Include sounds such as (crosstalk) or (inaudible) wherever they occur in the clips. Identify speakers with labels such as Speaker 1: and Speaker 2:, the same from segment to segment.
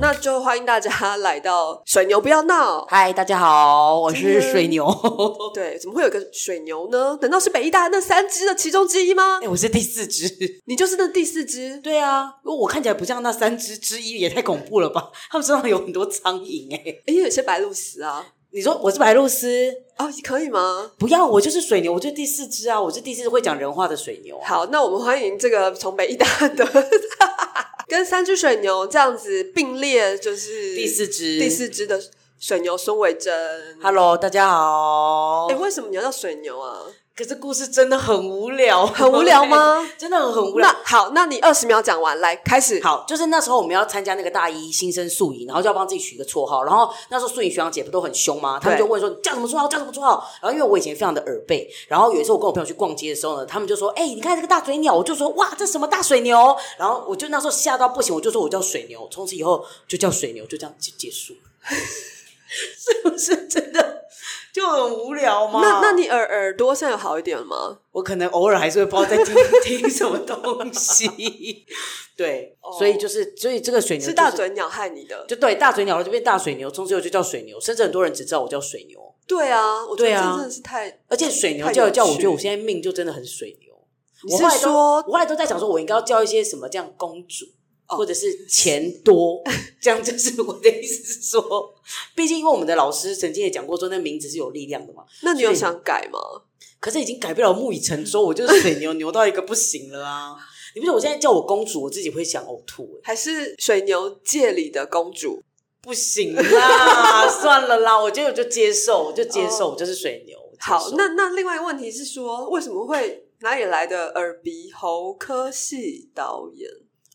Speaker 1: 那就欢迎大家来到水牛不要闹。
Speaker 2: 嗨，大家好，我
Speaker 1: 今
Speaker 2: 是
Speaker 1: 天
Speaker 2: 水牛。 (laughs)
Speaker 1: 对，怎么会有个水牛呢？难道是北医大那三只的其中之一吗
Speaker 2: 哎、？我是第四只。
Speaker 1: 你就是那第四只。
Speaker 2: 对啊，我看起来不像那三只之一，也太恐怖了吧？ (laughs) 他们身上有很多苍蝇哎、
Speaker 1: 哎，也有些白鹭鸶啊。
Speaker 2: 你说我是白露丝？
Speaker 1: 哦，可以吗？
Speaker 2: 不要，我就是水牛，我就是第四只啊，我是第四只会讲人话的水牛啊。
Speaker 1: 好，那我们欢迎这个从北医大的 (laughs) 跟三只水牛这样子并列，就是
Speaker 2: 第四只，
Speaker 1: 第四只的水牛孙维珍。
Speaker 2: ，Hello，大家好。
Speaker 1: 哎、为什么你要叫水牛啊？
Speaker 2: 可是故事真的很无聊，
Speaker 1: 很无聊吗？
Speaker 2: (laughs) 真的很很无聊
Speaker 1: 那。好，那你二十秒讲完，来开始。
Speaker 2: 好，就是那时候我们要参加那个大一新生宿营，然后就要帮自己取一个绰号。然后那时候宿营学长姐不都很凶吗？他们就问说你叫什么绰号，叫什么绰号。然后因为我以前非常的耳背，然后有一次我跟我朋友去逛街的时候呢，他们就说：“哎、你看这个大嘴鸟。”我就说：“哇，这什么大水牛？”然后我就那时候吓到不行，我就说我叫水牛，从此以后就叫水牛，就这样结结束。 (laughs) 是不是真的就很无聊吗？
Speaker 1: 那那你耳耳朵现在有好一点了吗？
Speaker 2: 我可能偶尔还是会不知道在听 (laughs) 听什么东西，对
Speaker 1: 哦
Speaker 2: 所以就是所以这个水牛、就是
Speaker 1: 大，嘴鸟害你的。
Speaker 2: 就对大嘴鸟了就变大水牛，从此以后就叫水牛，甚至很多人只知道我叫水牛，
Speaker 1: 对啊，我觉得
Speaker 2: 对
Speaker 1: 这
Speaker 2: 啊
Speaker 1: 真的是太……
Speaker 2: 而且水牛
Speaker 1: 太
Speaker 2: 叫
Speaker 1: 有
Speaker 2: 一叫，我
Speaker 1: 趣
Speaker 2: 觉得我现在命就真的很水牛。
Speaker 1: 你
Speaker 2: 我
Speaker 1: 是
Speaker 2: 后来都
Speaker 1: 说
Speaker 2: 我后来都在想说，我应该要叫一些什么这样公主。
Speaker 1: 哦
Speaker 2: 或者是钱多， (laughs) 这样就是我的意思是说，毕竟因为我们的老师曾经也讲过说，那名字是有力量的嘛。
Speaker 1: 那你有
Speaker 2: 所以
Speaker 1: 想改吗？
Speaker 2: 可是已经改不了木已成舟，我就是水牛牛到一个不行了啊！ (laughs) 你不觉得我现在叫我公主，我自己会想呕吐、欸，
Speaker 1: 还是水牛界里的公主？
Speaker 2: 不行啦， (laughs) 算了啦，我觉得我就接受，我就接受，
Speaker 1: 哦
Speaker 2: 我就是水牛。我接受
Speaker 1: 好，那那另外一个问题是说，为什么会哪里来的耳鼻喉科系导演？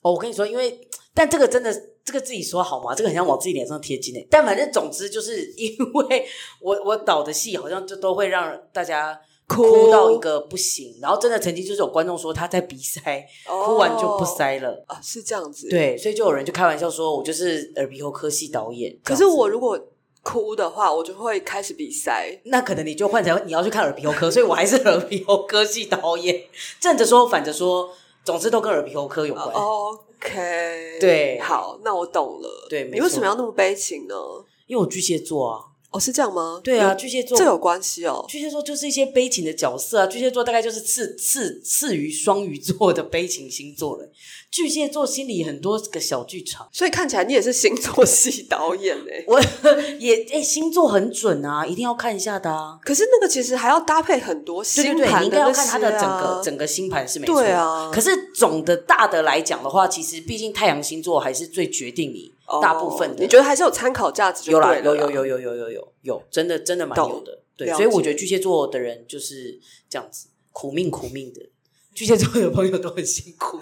Speaker 2: 哦，我跟你说，因为但这个真的，这个自己说好吗？这个很像往自己脸上贴金诶、但反正总之就是因为我我导的戏好像就都会让大家
Speaker 1: 哭
Speaker 2: 哭到一个不行，然后真的曾经就是有观众说他在鼻塞，哭完就不
Speaker 1: 塞
Speaker 2: 塞了。
Speaker 1: 啊，是这样子。，
Speaker 2: 对，所以就有人就开玩笑说，我就是耳鼻喉科系导演。
Speaker 1: 可
Speaker 2: 这
Speaker 1: 是
Speaker 2: 样子
Speaker 1: 我如果哭的话，我就会开始比赛。
Speaker 2: 那可能你就换成你要去看耳鼻喉科，所以我还是耳鼻喉科系导演。正着说，反着说，总之都跟耳鼻喉科有关。
Speaker 1: 啊哦 OK，
Speaker 2: 对
Speaker 1: 好，那我懂了。
Speaker 2: 对没
Speaker 1: 你为什么
Speaker 2: 错
Speaker 1: 要那么悲情呢？
Speaker 2: 因为我巨蟹座啊，
Speaker 1: 哦，是这样吗？
Speaker 2: 对啊，
Speaker 1: 有
Speaker 2: 巨蟹座
Speaker 1: 这有关系哦。
Speaker 2: 巨蟹座就是一些悲情的角色啊，巨蟹座大概就是次次次于双鱼座的悲情星座了。巨蟹座心里很多个小剧场，
Speaker 1: 所以看起来你也是星座系导演哎、
Speaker 2: 我 (laughs) 也哎、星座很准啊，一定要看一下的啊。
Speaker 1: 可是那个其实还要搭配很多
Speaker 2: 对对
Speaker 1: 星
Speaker 2: 对，你
Speaker 1: 盘
Speaker 2: 应
Speaker 1: 的
Speaker 2: 该要
Speaker 1: 那
Speaker 2: 看
Speaker 1: 些
Speaker 2: 它
Speaker 1: 啊，
Speaker 2: 的整个整个星盘是没错。
Speaker 1: 对啊
Speaker 2: 可是总的大的来讲的话，其实毕竟太阳星座还是最决定你
Speaker 1: 哦
Speaker 2: 大部分的。
Speaker 1: 你觉得还是有参考价值就
Speaker 2: 有
Speaker 1: 对
Speaker 2: 啦，
Speaker 1: 了啦，(laughs)
Speaker 2: 有有有有有有有有，真的真的蛮
Speaker 1: 懂
Speaker 2: 有的。对，
Speaker 1: 了
Speaker 2: 所以我
Speaker 1: 解
Speaker 2: 觉得巨蟹座的人就是这样子，苦命苦命的。巨蟹座的朋友都很辛苦。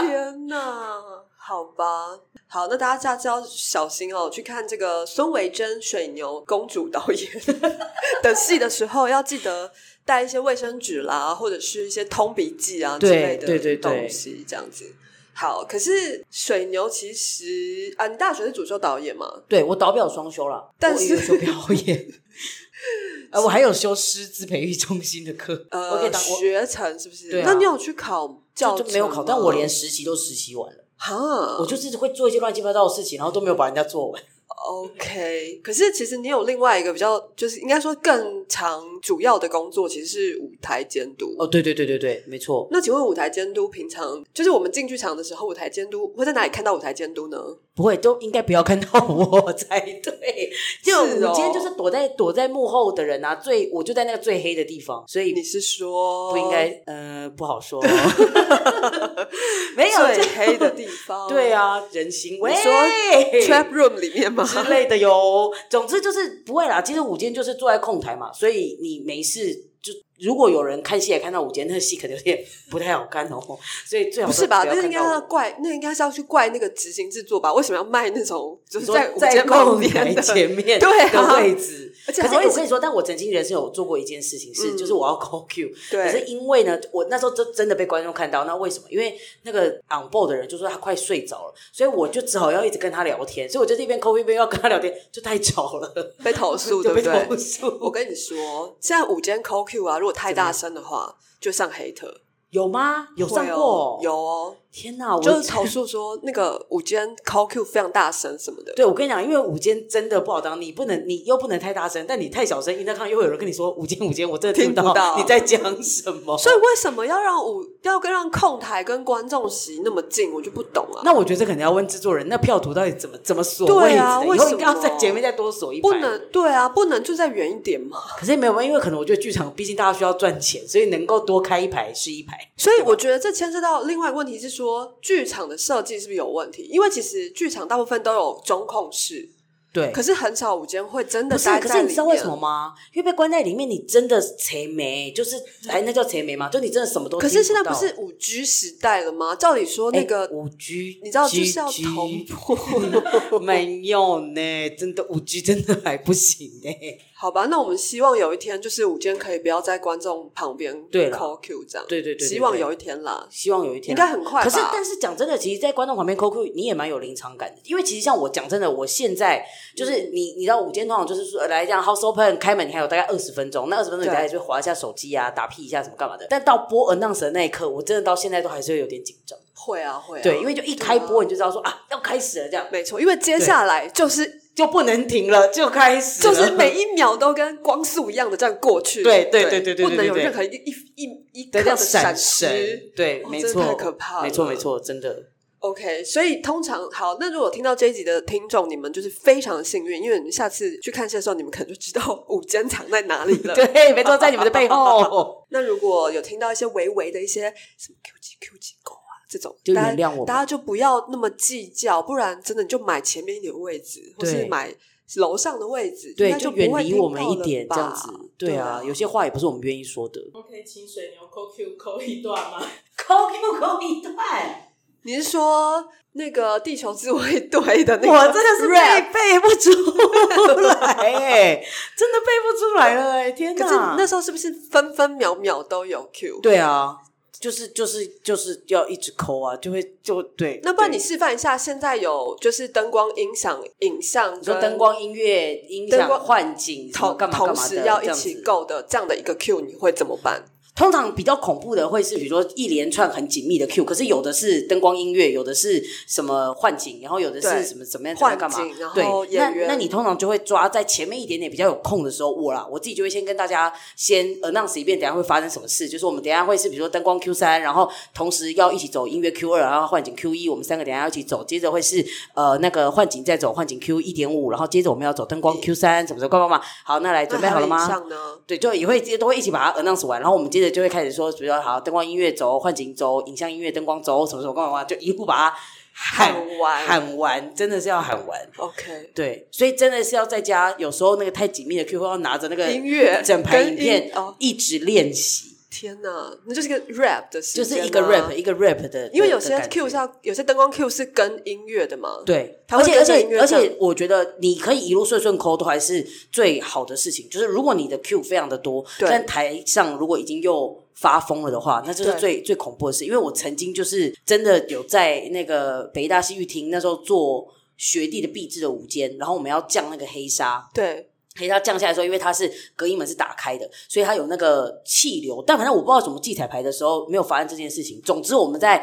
Speaker 1: 天哪，好吧，好，那大家下次要小心哦，去看这个孙维珍《水牛公主》导演的戏的时候，要记得带一些卫生纸啦，或者是一些通鼻剂啊之
Speaker 2: 对
Speaker 1: 类
Speaker 2: 对
Speaker 1: 的
Speaker 2: 对对
Speaker 1: 东西，这样子。好，可是水牛其实啊，你大学是主修导演嘛？
Speaker 2: 对我导表双修啦，
Speaker 1: 但
Speaker 2: 我也
Speaker 1: 是
Speaker 2: 有修表演，呃，我还有修师资培育中心的课，我可
Speaker 1: 呃
Speaker 2: 以，当我
Speaker 1: 学成是不是？
Speaker 2: 对啊
Speaker 1: 那你有去考教
Speaker 2: 就就
Speaker 1: 程
Speaker 2: 没有考，但
Speaker 1: 吗
Speaker 2: 我连实习都实习完了。
Speaker 1: 哈，
Speaker 2: 我就是会做一些乱七八糟的事情，然后都没有把人家做完。
Speaker 1: OK，可是其实你有另外一个比较，就是应该说更长主要的工作，其实是舞台监督。
Speaker 2: 哦，对对对对对，没错。
Speaker 1: 那请问舞台监督平常就是我们进剧场的时候，舞台监督会在哪里看到舞台监督呢？
Speaker 2: 不会，都应该不要看到我才对。就我
Speaker 1: 是哦
Speaker 2: 今天就是躲在躲在幕后的人啊，最我就在那个最黑的地方，所以
Speaker 1: 你哦是说
Speaker 2: 不应该，呃，不
Speaker 1: (laughs)
Speaker 2: 好说。没有
Speaker 1: 最
Speaker 2: 这
Speaker 1: 黑的地方？
Speaker 2: (laughs) 对，啊，人心喂
Speaker 1: 说哦，trap room 里面吗？
Speaker 2: 之类的哟。 (laughs) 总之就是不会啦。其实午间就是坐在控台嘛，所以你没事就如果有人看戏也看到午间，那个戏可能有点不太好看哦。所以最好
Speaker 1: 不
Speaker 2: 都
Speaker 1: 是吧？
Speaker 2: 不要
Speaker 1: 那应
Speaker 2: 看
Speaker 1: 该
Speaker 2: 到
Speaker 1: 要
Speaker 2: 我。
Speaker 1: 怪，那应该是要去怪那个执行制作吧？为什么要卖那种就是
Speaker 2: 在
Speaker 1: 在舞
Speaker 2: 在
Speaker 1: 间旁
Speaker 2: 控
Speaker 1: 边
Speaker 2: 台
Speaker 1: 的？
Speaker 2: 前
Speaker 1: (laughs)
Speaker 2: 面
Speaker 1: 对啊
Speaker 2: 的位置，
Speaker 1: 而且
Speaker 2: 可
Speaker 1: 还
Speaker 2: 是
Speaker 1: 会一
Speaker 2: 我
Speaker 1: 直
Speaker 2: 跟你说，但我曾经人生有做过一件事情是，
Speaker 1: 嗯
Speaker 2: 就是我要 (laughs) call Q，可是
Speaker 1: 对，
Speaker 2: 因为呢，我那时候真真的被观众看到，那为什么？因为那个 on board 的人就说他快睡着了，所以我就只好要一直跟他聊天，所以我就这边 call 一边要跟他聊天，就太吵了，
Speaker 1: 被投诉对不
Speaker 2: (laughs) 就被
Speaker 1: 对
Speaker 2: 投？诉。
Speaker 1: 我跟你说，现在午间 CoQ 啊，如果太大声的话，就上黑特
Speaker 2: 有吗？有上过？
Speaker 1: 有哦，
Speaker 2: 天哪，我
Speaker 1: (laughs) 就是投诉说那个午间 call Q 非常大声什么的。
Speaker 2: 对，我跟你讲，因为午间真的不好当，你不能，你又不能太大声，但你太小声，一旦看又会有人跟你说午间午间，我真的
Speaker 1: 听不到
Speaker 2: 你在讲什
Speaker 1: (laughs)
Speaker 2: 么。
Speaker 1: 所以为什么要让午要跟让控台跟观众席那么近，我就不懂啊。
Speaker 2: 那我觉得这肯定要问制作人，那票图到底怎么怎么锁位置
Speaker 1: 对
Speaker 2: 的？
Speaker 1: 啊为
Speaker 2: 以后
Speaker 1: 什
Speaker 2: 你刚
Speaker 1: 么
Speaker 2: 在前面再多锁一
Speaker 1: 不
Speaker 2: 排
Speaker 1: 能对啊，不能就再远一点嘛。
Speaker 2: 可是也没有办法，因为可能我觉得剧场毕竟大家需要赚钱，所以能够多开一排是一排。
Speaker 1: 所以我觉得这牵涉到另外一个问题是说，剧场的设计是不是有问题？因为其实剧场大部分都有中控室，
Speaker 2: 对，
Speaker 1: 可是很少午间会真的
Speaker 2: 不是
Speaker 1: 待，
Speaker 2: 可
Speaker 1: 在
Speaker 2: 是
Speaker 1: 里
Speaker 2: 你知道为什么
Speaker 1: 面。
Speaker 2: 吗？因为被关在里面，你真的贼没，就是哎，那叫贼没吗？就你真的什么都
Speaker 1: 可
Speaker 2: 听
Speaker 1: 是现在
Speaker 2: 到
Speaker 1: 不是五 G 时代了吗？照理说
Speaker 2: 哎
Speaker 1: 那个
Speaker 2: 五 G，
Speaker 1: 你知道就是要
Speaker 2: GG
Speaker 1: 同步 (laughs)
Speaker 2: (laughs) 没有呢，真的五 G 真的还不行呢。
Speaker 1: 好吧，那我们希望有一天就是午间可以不要在观众旁边
Speaker 2: 对啦
Speaker 1: call Q 这样，
Speaker 2: 对对对对
Speaker 1: 希望
Speaker 2: 对
Speaker 1: 有一天啦，
Speaker 2: 希望有一天
Speaker 1: 应该很快吧。
Speaker 2: 可是，但是讲真的，其实，在观众旁边 QQ 你也蛮有临场感的，因为其实像我讲真的，我现在就是你，你知道午间通常就是说呃来讲 house open 开门，你还有大概二十分钟，那二十分钟你
Speaker 1: 对
Speaker 2: 大概就划一下手机啊，打屁一下什么干嘛的。但到播 announce 的那一刻，我真的到现在都还是会有点紧张，
Speaker 1: 会啊会啊，
Speaker 2: 对，因为就一开播
Speaker 1: 对啊
Speaker 2: 你就知道说啊要开始了，这样
Speaker 1: 没错，因为接下来
Speaker 2: (laughs)
Speaker 1: 就是
Speaker 2: 就不能停了，就开始
Speaker 1: 就
Speaker 2: 了，
Speaker 1: 是每一秒都跟光速一样的这样过去，
Speaker 2: 啊对对对对对对
Speaker 1: 不能有
Speaker 2: 对对
Speaker 1: 任何一一一一
Speaker 2: 对
Speaker 1: 刻的
Speaker 2: 这样闪
Speaker 1: 失
Speaker 2: 神。，对，
Speaker 1: 哦
Speaker 2: 没
Speaker 1: 真的
Speaker 2: 错，
Speaker 1: 太可怕了
Speaker 2: 没错没错，真的
Speaker 1: OK，所以通常好，那如果听到这一集的听众，你们就是非常幸运，因为你们下次去看戏的时候，你们可能就知道午间藏在哪里了。
Speaker 2: 对，没错，在你们的背 (laughs) 后。
Speaker 1: 那如果有听到一些微微的一些什么 Q 级 Q 级狗啊这种，
Speaker 2: 就
Speaker 1: 大家
Speaker 2: 原谅我们
Speaker 1: 大家就不要那么计较，不然真的你就买前面一点位置，或是
Speaker 2: 对
Speaker 1: 买楼上的位置，
Speaker 2: 对，
Speaker 1: 那就
Speaker 2: 就
Speaker 1: 不
Speaker 2: 远
Speaker 1: 会
Speaker 2: 离
Speaker 1: 听
Speaker 2: 我们
Speaker 1: 到
Speaker 2: 一
Speaker 1: 了
Speaker 2: 点这样
Speaker 1: 吧
Speaker 2: 子。对啊，有些话也不是我们愿意说的。
Speaker 3: 我可以请水牛扣 Q 扣一段
Speaker 2: (laughs)
Speaker 3: 吗？
Speaker 2: 抠 Q 抠一段，
Speaker 1: 你是说那个地球自卫队的那个？
Speaker 2: (laughs) 我真 (laughs) 的是
Speaker 1: (laughs) rap
Speaker 2: 背背不出来、 (laughs) 哎，真的背不出来了、哎，天
Speaker 1: 可是
Speaker 2: 哪！
Speaker 1: 那时候是不是分分秒秒都有 Q？，
Speaker 2: 对啊，就是就是就是要一直抠啊，就会就对。
Speaker 1: 那不然
Speaker 2: 对
Speaker 1: 你示范一下，现在有就是灯光、音响、影像，
Speaker 2: 你说灯。光、音乐、音
Speaker 1: 灯
Speaker 2: 响、
Speaker 1: 光
Speaker 2: 幻景，什么
Speaker 1: 同
Speaker 2: 干嘛干
Speaker 1: 同
Speaker 2: 嘛的
Speaker 1: 时要
Speaker 2: 这
Speaker 1: 一
Speaker 2: 样
Speaker 1: 起
Speaker 2: 子
Speaker 1: 够的这样的一个 Q，你会怎么办？
Speaker 2: 通常比较恐怖的会是，比如说一连串很紧密的 Q，可是有的是灯光音乐，有的是什么幻景，然后有的
Speaker 1: 对
Speaker 2: 是什么怎么样怎么样干嘛
Speaker 1: 幻景然后？
Speaker 2: 对，那
Speaker 1: 演员
Speaker 2: 那你通常就会抓在前面一点点比较有空的时候，我啦，我自己就会先跟大家先 announce 一遍，等一下会发生什么事，就是我们等一下会是比如说灯光 Q 三，然后同时要一起走音乐 Q 二，然后幻景 Q 一，我们三个等一下要一起走，接着会是呃那个幻景再走幻景 Q 一点五，然后接着我们要走灯光 Q 三，什么时候干嘛嘛？好，那来准备好了
Speaker 1: 那还
Speaker 2: 吗
Speaker 1: 有影？像呢？
Speaker 2: 对，就也会直接都会一起把它 announce 完，然后我们接着就会开始说，比如说好，灯光音乐轴、幻景轴、影像音乐、灯光轴，什么什么干嘛干嘛，就一路把它
Speaker 1: 喊完
Speaker 2: 喊完，真的是要喊完。
Speaker 1: OK，
Speaker 2: 对，所以真的是要在家，有时候那个太紧密的 Q 会要拿着那个
Speaker 1: 音乐
Speaker 2: 整排
Speaker 1: 跟
Speaker 2: 影片
Speaker 1: 音哦
Speaker 2: 一直练习，
Speaker 1: 天哪，那就是一个 rap 的时
Speaker 2: 就
Speaker 1: 间吗，
Speaker 2: 是一个 rap 一个 rap 的的，
Speaker 1: 因为有些
Speaker 2: 的感觉
Speaker 1: Q 是要有些灯光 Q 是跟音乐的嘛，，
Speaker 2: 对，
Speaker 1: 它
Speaker 2: 而
Speaker 1: 会
Speaker 2: 且而
Speaker 1: 跟着音
Speaker 2: 且
Speaker 1: 乐
Speaker 2: 而
Speaker 1: 唱
Speaker 2: 且，我觉得你可以一路顺顺抠都还是最好的事情。就是如果你的 Q 非常的多，
Speaker 1: 对
Speaker 2: 但台上如果已经又发疯了的话，那就是
Speaker 1: 对
Speaker 2: 最最恐怖的事。因为我曾经就是真的有在那个北大戏剧厅那时候做学弟的壁制的午间，然后我们要降那个黑沙，
Speaker 1: 对，
Speaker 2: 黑沙降下来的时候，因为它是隔音门是打开的，所以它有那个气流。但反正我不知道怎么记彩排的时候没有发生这件事情。总之我们在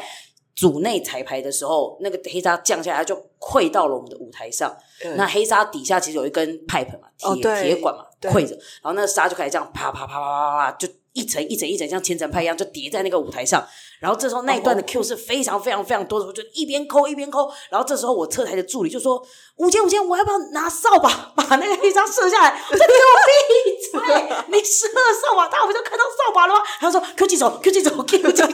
Speaker 2: 组内彩排的时候，那个黑沙降下来它就溃到了我们的舞台上。
Speaker 1: 嗯
Speaker 2: 那黑沙底下其实有一根 pipe 嘛，
Speaker 1: 哦
Speaker 2: 铁
Speaker 1: 对
Speaker 2: 铁、管嘛，
Speaker 1: 对
Speaker 2: 溃着，然后那个沙就开始这样啪啪啪啪啪啪啪，就一层一层一层像千层派一样就叠在那个舞台上。然后这时候那一段的 Q 是非常非常非常多的，我就一边抠一边抠。然后这时候我侧台的助理就说：“五千五千，我要不要拿扫把把那个黑沙射下来？”我说：“你给我闭嘴！你射扫把，大家不就看到扫把了吗？”他说：“Q 几走，Q 几走，Q 几走。”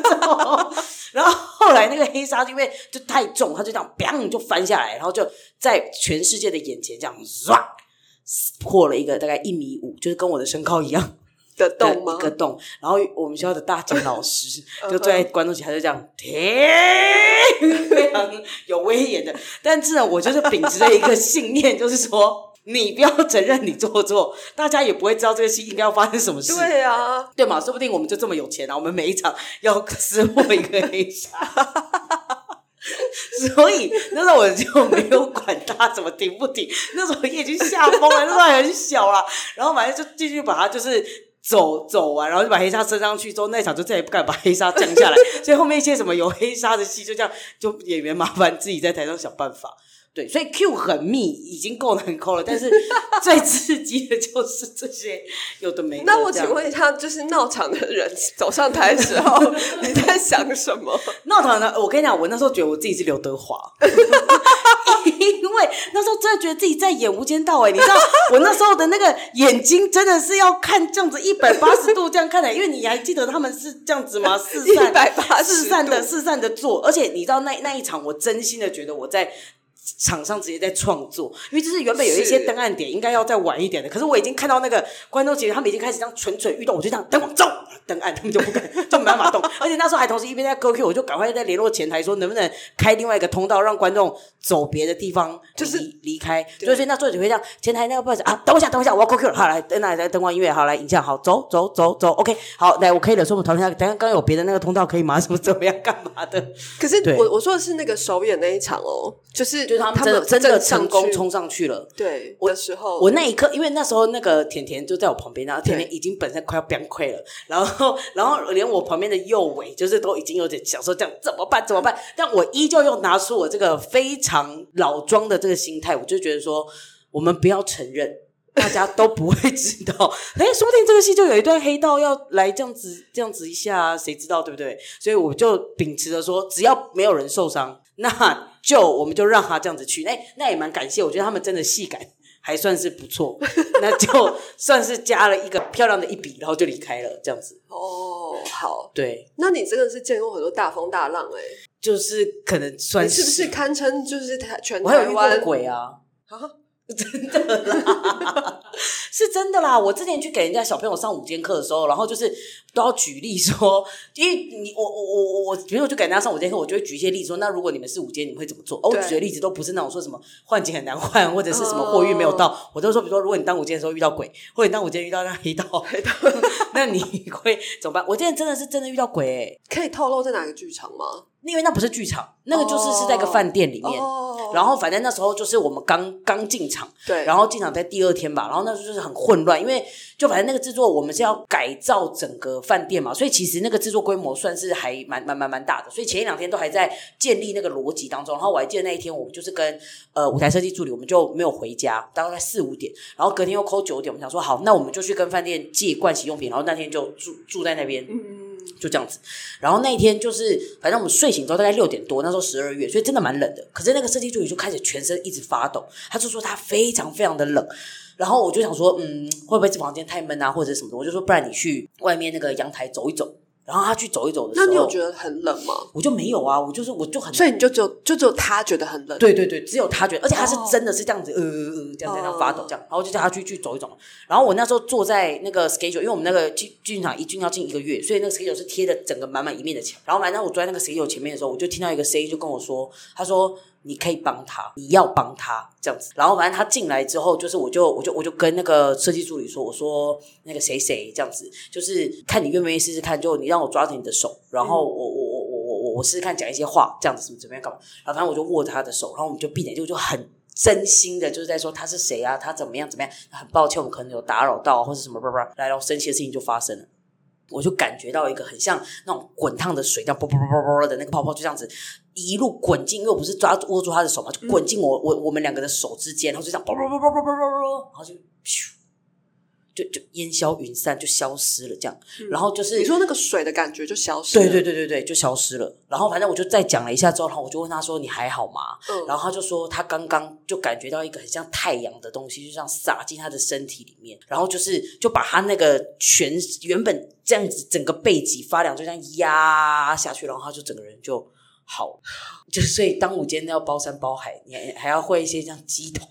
Speaker 2: (laughs) 然后后来那个黑沙因为就太重，它就这样 biang 就翻下来，然后就在全世界的眼前这样唰破了一个大概一米五，就是跟我的身高一样。
Speaker 1: 的动
Speaker 2: 的
Speaker 1: 吗
Speaker 2: 一？个洞。然后我们学校的大姐老师
Speaker 1: (laughs) 嗯哼
Speaker 2: 就坐在观众席，他就这样 (laughs) 停，非常有威严的。但是呢，我就是秉持着一个信念，就是说你不要承认你做错，大家也不会知道这个戏应该要发生什么事。
Speaker 1: 对啊，
Speaker 2: 对嘛？说不定我们就这么有钱啊！我们每一场 (laughs) 要撕破一个黑沙， (laughs) 所以那时候我就没有管他怎么停啊不停。那时候也已经吓疯了，那时候还很小啦。然后反正就继续把它就是走走完，然后就把黑鲨升上去之后，那一场就再也不敢把黑鲨降下来。 (laughs) 所以后面一些什么有黑鲨的戏，就这样，就演员麻烦自己在台上想办法。对，所以 Q 很密已经够难抠了，但是最刺激的就是这些有的没的。
Speaker 1: 那我请，问一下，就是闹场的人走上台的时
Speaker 2: (laughs)
Speaker 1: 候，你在想什么？
Speaker 2: 闹场呢？我跟你讲，我那时候觉得我自己是刘德华， (laughs) 因为那时候真的觉得自己在演《无间道》哎，你知道我那时候的那个眼睛真的是要看这样子一百八十度这样看的，因为你还记得他们是这样子吗？四
Speaker 1: 一
Speaker 2: 散
Speaker 1: 百八
Speaker 2: 四
Speaker 1: 十
Speaker 2: 散
Speaker 1: 度
Speaker 2: 的，四散的做，而且你知道那那一场，我真心的觉得我在。场上直接在创作，因为就是原本有一些
Speaker 1: 是
Speaker 2: 登岸点应该要再晚一点的，可是我已经看到那个观众其实他们已经开始这样蠢蠢欲动，我就这样灯光走登岸，他们就不敢 (laughs) 就没办法动，而且那时候还同时一边在 QQ，我就赶快在联络前台说能不能开另外一个通道让观众走别的地方离，
Speaker 1: 就是
Speaker 2: 离开，所以所以那时候就会这样，前台那个不好意思啊，等我一下，等我一下，我要 QQ 了，好来灯来来灯光音乐，好来影像，好走走走走，OK，好来我可以了，所以我们讨论一下，等一下刚刚有别的那个通道可以吗？什么怎么样干嘛的？
Speaker 1: 可是
Speaker 2: 对
Speaker 1: 我我说的是那个首演那一场哦，就是
Speaker 2: 就是他们真的真的
Speaker 1: 正上
Speaker 2: 成功
Speaker 1: 去
Speaker 2: 冲上去了。
Speaker 1: 哦对我的时候，
Speaker 2: 我那一刻，因为那时候那个甜甜就在我旁边，然后甜甜已经本身快要崩溃了，然后然后连我旁边的右尾就是都已经有点想说这样怎么办怎么办，但我依旧又拿出我这个非常老庄的这个心态，我就觉得说我们不要承认。大家都不会知道， (laughs) 哎，说不定这个戏就有一段黑道要来这样子，这样子一下啊，谁知道对不对？所以我就秉持着说，只要没有人受伤，那就我们就让他这样子去。哎，那也蛮感谢，我觉得他们真的戏感还算是不
Speaker 1: (laughs)
Speaker 2: 错，那就算是加了一个漂亮的一笔，然后就离开了，这样子。
Speaker 1: 哦，好，
Speaker 2: 对，
Speaker 1: 那你真的是见过很多大风大浪哎、
Speaker 2: 就是可能算
Speaker 1: 你是不是堪称就是台全
Speaker 2: 我还有
Speaker 1: 台
Speaker 2: 遇过
Speaker 1: 湾
Speaker 2: 鬼啊？
Speaker 1: 啊？
Speaker 2: 是真的啦！我之前去给人家小朋友上午间课的时候，然后就是都要举例说，因为你我我我我我，比如我就给人家上午间课，我就会举一些例子说，那如果你们是午间，你们会怎么做？哦，我
Speaker 1: 对
Speaker 2: 举的例子都不是那种说什么换景很难换，或者是什么货运
Speaker 1: 哦
Speaker 2: 没有到，我都说，比如说如果你当午间的时候遇到鬼，或者你当午间遇到那
Speaker 1: (laughs)
Speaker 2: 黑道，黑道，那你会怎么办？我之前真的是真的遇到鬼、欸，
Speaker 1: 可以透露在哪个剧场吗？
Speaker 2: 因为那不是剧场，那个就是是在一个
Speaker 1: 哦
Speaker 2: 饭店里面。
Speaker 1: 哦，
Speaker 2: 然后反正那时候就是我们刚刚进场，
Speaker 1: 对，
Speaker 2: 然后进场在第二天吧，然后那时候就是很混乱，因为就反正那个制作我们是要改造整个饭店嘛，所以其实那个制作规模算是还蛮蛮蛮蛮大的，所以前一两天都还在建立那个逻辑当中。然后我还记得那一天我们就是跟呃舞台设计助理，我们就没有回家，大概四五点，然后隔天又扣九点，我们想说好，那我们就去跟饭店借盥洗用品，然后那天就住住在那边，
Speaker 1: 嗯，
Speaker 2: 就这样子。然后那一天就是，反正我们睡醒之后大概六点多，那时候十二月，所以真的蛮冷的。可是那个设计助理就开始全身一直发抖，他就说他非常非常的冷。然后我就想说，嗯，会不会这房间太闷啊，或者什么的？我就说，不然你去外面那个阳台走一走。然后他去走一走的时
Speaker 1: 那
Speaker 2: 候，
Speaker 1: 你有觉得很冷吗？
Speaker 2: 我就没有啊，我就是我就很
Speaker 1: 所以你就只有就只有他觉得很冷，
Speaker 2: 对对对，只有他觉得，而且他是
Speaker 1: 哦
Speaker 2: 真的是这样子，呃呃呃，这样在那发抖
Speaker 1: 哦
Speaker 2: 这样，然后就叫他去去走一走。然后我那时候坐在那个 schedule，因为我们那个进进场一进要进一个月，所以那个 schedule 是贴的整个满满一面的墙。然后反正我坐在那个 schedule 前面的时候，我就听到一个声音就跟我说，他说。你可以帮他，你要帮他这样子。然后反正他进来之后，就是我就我就我就跟那个设计助理说，我说那个谁谁这样子，就是看你愿不愿意试试看，就你让我抓着你的手，然
Speaker 1: 嗯
Speaker 2: 后我我我我我我我试试看讲一些话，这样子怎么怎么样干嘛。然后反正我就握着他的手，然后我们就闭着眼睛，就很真心的，就是在说他是谁啊，他怎么样怎么样，很抱歉，我们可能有打扰到啊或是什么叭叭，来，然后生气的事情就发生了。我就感觉到一个很像那种滚烫的水，这样啵啵啵啵啵的那个泡泡，就这样子一路滚进，因为我不是抓握住他的手嘛，就滚进
Speaker 1: 嗯
Speaker 2: 我、我我们两个的手之间，然后就这样啵啵啵啵啵啵啵啵，然后就咻，就就烟消云散，就消失了这样。然后就
Speaker 1: 嗯
Speaker 2: 是
Speaker 1: 你说那个水的感觉就消失了，
Speaker 2: 对对对对对，就消失了。然后反正我就再讲了一下之后，然后我就问他说：“你还好吗？”
Speaker 1: 嗯，
Speaker 2: 然后他就说，他刚刚就感觉到一个很像太阳的东西，就像洒进他的身体里面，然后就是就把他那个全原本这样子整个背脊发凉，就这样压下去，然后他就整个人就好了。就所以，当我今天要包山包海，你还还要会一些像鸡桶，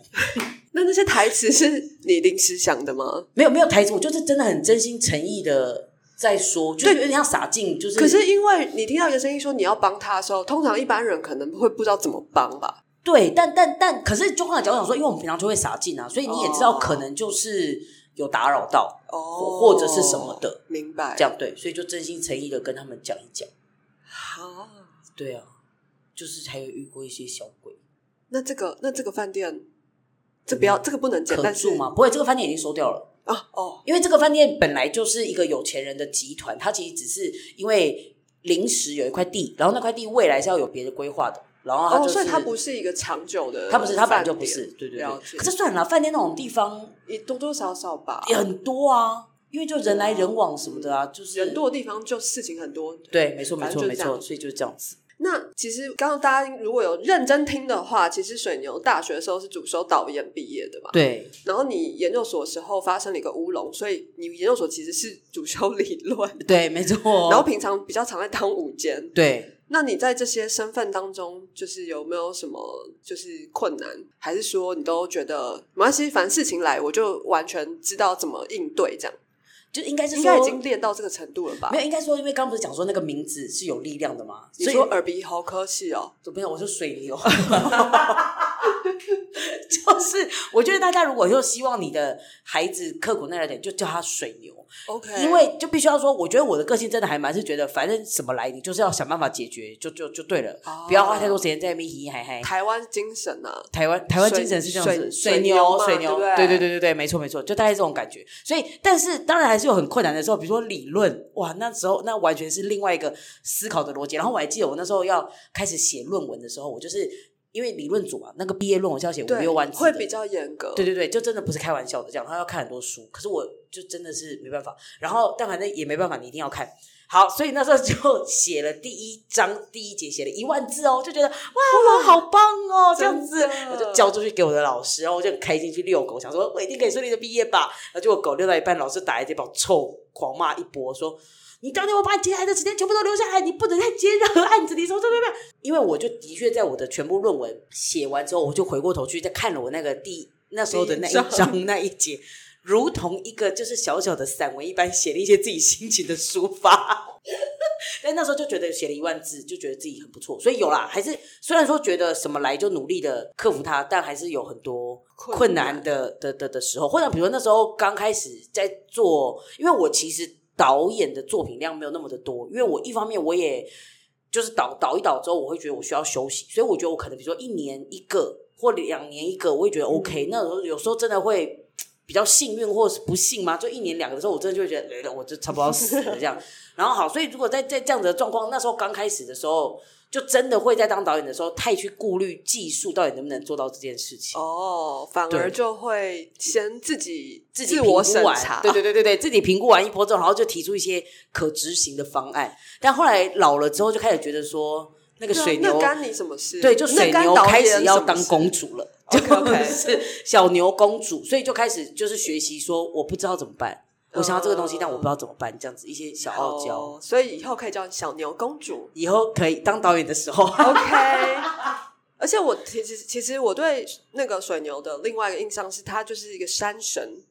Speaker 1: 那那些台词是你临时想的吗？
Speaker 2: 没有没有台词，我就是真的很真心诚意的在说，就是有点像洒进，就是
Speaker 1: 可是因为你听到一个声音说你要帮他的时候，通常一般人可能会不知道怎么帮吧？
Speaker 2: 对，但但但，可是就换个角度想说，因为我们平常就会洒进啊，所以你也知道，
Speaker 1: 哦
Speaker 2: 可能就是有打扰到。
Speaker 1: 哦，
Speaker 2: 或者是什么的，
Speaker 1: 明白？
Speaker 2: 这样对，所以就真心诚意的跟他们讲一讲。
Speaker 1: 啊，
Speaker 2: 对啊，就是还有遇过一些小鬼，
Speaker 1: 那这个那这个饭店，这不要这个不能讲，
Speaker 2: 可
Speaker 1: 但是
Speaker 2: 住吗？不会，这个饭店已经收掉了。
Speaker 1: 啊哦，
Speaker 2: 因为这个饭店本来就是一个有钱人的集团，它其实只是因为临时有一块地，然后那块地未来是要有别的规划的，然后它就是、
Speaker 1: 哦，所以它不是一个长久的饭店，
Speaker 2: 它不是，它本来就不是，对对
Speaker 1: 了
Speaker 2: 对。
Speaker 1: 解
Speaker 2: 可是算了，饭店那种地方
Speaker 1: 也多多少少吧，
Speaker 2: 也很多啊，因为就人来人往什么的啊，就是
Speaker 1: 人多的地方就事情很多。
Speaker 2: 对，没错没
Speaker 1: 反
Speaker 2: 错
Speaker 1: 正就
Speaker 2: 没
Speaker 1: 这样
Speaker 2: 错，所以就是这样子。
Speaker 1: 那其实刚刚大家如果有认真听的话，其实水牛大学的时候是主修导演毕业的嘛，
Speaker 2: 对，
Speaker 1: 然后你研究所的时候发生了一个乌龙，所以你研究所其实是主修理论，
Speaker 2: 对，没
Speaker 1: (laughs) 然
Speaker 2: 错。
Speaker 1: 后平常比较常在当午间。
Speaker 2: 对，
Speaker 1: 那你在这些身份当中，就是有没有什么就是困难，还是说你都觉得没关系，反正事情来我就完全知道怎么应对，这样
Speaker 2: 就应该是
Speaker 1: 应该已
Speaker 2: 说
Speaker 1: 经练到这个程度了吧
Speaker 2: 没？有，应该说，因为刚不是讲说那个名字是有力量的嘛，
Speaker 1: 你
Speaker 2: 所以
Speaker 1: 说耳鼻喉科系哦，
Speaker 2: 怎么样？我是水牛，就是我觉得大家如果就希望你的孩子刻苦耐劳点，就叫他水牛，
Speaker 1: OK，
Speaker 2: 因为就必须要说，我觉得我的个性真的还蛮是觉得，反正什么来你就是要想办法解决，就就就对了，
Speaker 1: 哦
Speaker 2: 不要花太多时间在那边嘻嘻嗨嗨。
Speaker 1: 台湾精神啊，
Speaker 2: 台湾台湾精神是这样子，
Speaker 1: 水
Speaker 2: 水
Speaker 1: 水
Speaker 2: 牛
Speaker 1: 牛嘛
Speaker 2: 水牛，
Speaker 1: 对不对
Speaker 2: 对对对对对，没错没错，就大概这种感觉。所以，但是当然还是有很困难的时候，比如说理论，哇，那时候那完全是另外一个思考的逻辑。然后我还记得我那时候要开始写论文的时候，我就是因为理论组嘛，那个毕业论文是要写五
Speaker 1: 对
Speaker 2: 六万字
Speaker 1: 会
Speaker 2: 的
Speaker 1: 比较严格，
Speaker 2: 对对对，就真的不是开玩笑的这样，他要看很多书，可是我就真的是没办法。然后但反正也没办法，你一定要看。好，所以那时候就写了第一章第一节，写了一万字哦，就觉得哇，我好棒哦，这样子
Speaker 1: 真的
Speaker 2: 我就交出去给我的老师，然后我就很开心去遛狗，想说我一定可以顺利的毕业吧。然后结果狗遛到一半，老师打来直接把我臭狂骂一波，说你当年我把你截来的时间全部都留下来，你不能再接任何案子，你什么什么什么。因为我就的确在我的全部论文写完之后，我就回过头去再看了我那个第那时候的那一
Speaker 1: 第一
Speaker 2: 章 (laughs) 那一节，如同一个就是小小的散文一般，写了一些自己心情的抒发。 (laughs) 但那时候就觉得写了一万字，就觉得自己很不错，所以有啦，还是虽然说觉得什么来就努力的克服它，但还是有很多困
Speaker 1: 困难
Speaker 2: 难的的的的时候，或者比如说那时候刚开始在做，因为我其实导演的作品量没有那么的多，因为我一方面我也就是导导一导之后，我会觉得我需要休息，所以我觉得我可能比如说一年一个或两年一个，我会觉得 OK、那时候有时候真的会比较幸运或是不幸嘛，就一年两个的时候，我真的就会觉得，呃我就差不多要死了
Speaker 1: (laughs)
Speaker 2: 这样。然后好，所以如果在在这样子的状况，那时候刚开始的时候，就真的会在当导演的时候太去顾虑技术到底能不能做到这件事情。
Speaker 1: 哦，反
Speaker 2: 对
Speaker 1: 而就会先自己
Speaker 2: 自己
Speaker 1: 自
Speaker 2: 评
Speaker 1: 我
Speaker 2: 估
Speaker 1: 审
Speaker 2: 完
Speaker 1: 查，
Speaker 2: 对对对对对，自己评估完一波之后，然后就提出一些可执行的方案。但后来老了之后，就开始觉得说，那个
Speaker 1: 对啊
Speaker 2: 水牛
Speaker 1: 那干你什么事？
Speaker 2: 对，就水
Speaker 1: 那干
Speaker 2: 牛
Speaker 1: 导
Speaker 2: 开
Speaker 1: 演
Speaker 2: 始要
Speaker 1: 什么
Speaker 2: 当
Speaker 1: 事哦
Speaker 2: 公主了，就 (laughs)
Speaker 1: OK，OK
Speaker 2: 是小牛公主，所以就开始就是学习说，我不知道怎么办，我想要这个东西，
Speaker 1: 嗯
Speaker 2: 但我不知道怎么办，这样子一些小傲娇。
Speaker 1: 哦。所以以后可以叫你小牛公主
Speaker 2: (laughs) 以后可以当导演的时
Speaker 1: (laughs)
Speaker 2: 候，
Speaker 1: OK，而且我其实其实我对那个水牛的另外一个印象是，它就是一个山神，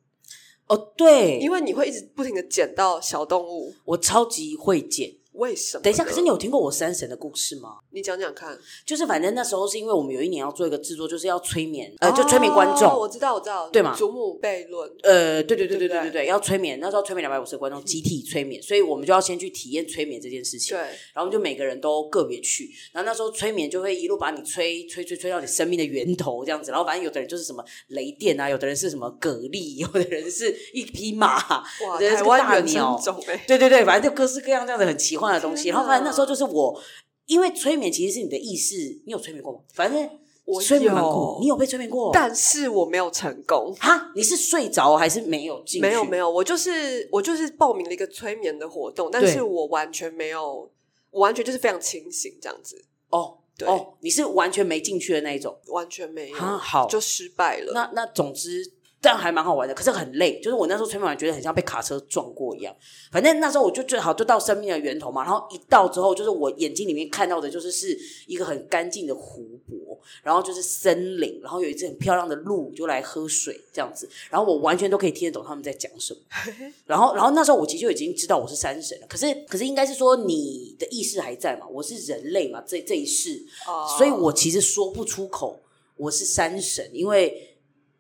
Speaker 2: 哦，对
Speaker 1: 因，为你会一直不停的捡到小动物，
Speaker 2: 我超级会剪。
Speaker 1: 为什么呢？
Speaker 2: 等一下，可是你有听过我山神的故事吗？
Speaker 1: 你讲讲看，
Speaker 2: 就是反正那时候是因为我们有一年要做一个制作，就是要催眠，呃，就催眠观众。
Speaker 1: 哦我知道，我知道，
Speaker 2: 对嘛
Speaker 1: 祖母悖论，
Speaker 2: 呃，对对对
Speaker 1: 对
Speaker 2: 对
Speaker 1: 不
Speaker 2: 对
Speaker 1: 对
Speaker 2: 对对，要催眠，那时候催眠两百五十个观众，集体催眠，所以我们就要先去体验催眠这件事情。
Speaker 1: 对，
Speaker 2: 然后我们就每个人都个别去，然后那时候催眠就会一路把你催催催催到你生命的源头这样子，然后反正有的人就是什么雷电啊，有的人是什么蛤蜊，有的人是一匹马，
Speaker 1: 哇，
Speaker 2: 有的人欸
Speaker 1: 台
Speaker 2: 是个
Speaker 1: 湾
Speaker 2: 大
Speaker 1: 原
Speaker 2: 鸟
Speaker 1: 生，种哎，
Speaker 2: 对对对，反正就各式各样这样子很奇幻的东西。
Speaker 1: 天
Speaker 2: 然后反正那时候
Speaker 1: 哪
Speaker 2: 就是我，因为催眠其实是你的意识，你有催眠过吗？反正
Speaker 1: 我
Speaker 2: 催眠蛮
Speaker 1: 有
Speaker 2: 酷，你有被催眠过？
Speaker 1: (laughs) 但是我没有成功，
Speaker 2: 哈，你是睡着还是没有进去？
Speaker 1: 没有没有，我就是我就是报名了一个催眠的活动，但
Speaker 2: 对
Speaker 1: 是我完全没有，我完全就是非常清醒这样子，
Speaker 2: 哦
Speaker 1: 对
Speaker 2: 哦，你是完全没进去的那一种
Speaker 1: 完全没有，
Speaker 2: 哈，啊好，
Speaker 1: 就失败了。
Speaker 2: 那那总之，但还蛮好玩的，可是很累。就是我那时候催眠完，觉得很像被卡车撞过一样。反正那时候我就最好就到生命的源头嘛，然后一到之后，就是我眼睛里面看到的就是是一个很干净的湖泊，然后就是森林，然后有一只很漂亮的鹿就来喝水这样子，然后我完全都可以听得懂他们在讲什么。然后，然后那时候我其实就已经知道我是山神了，可是可是应该是说你的意识还在嘛，我是人类嘛，这这一世，
Speaker 1: 哦
Speaker 2: 所以我其实说不出口我是山神，因为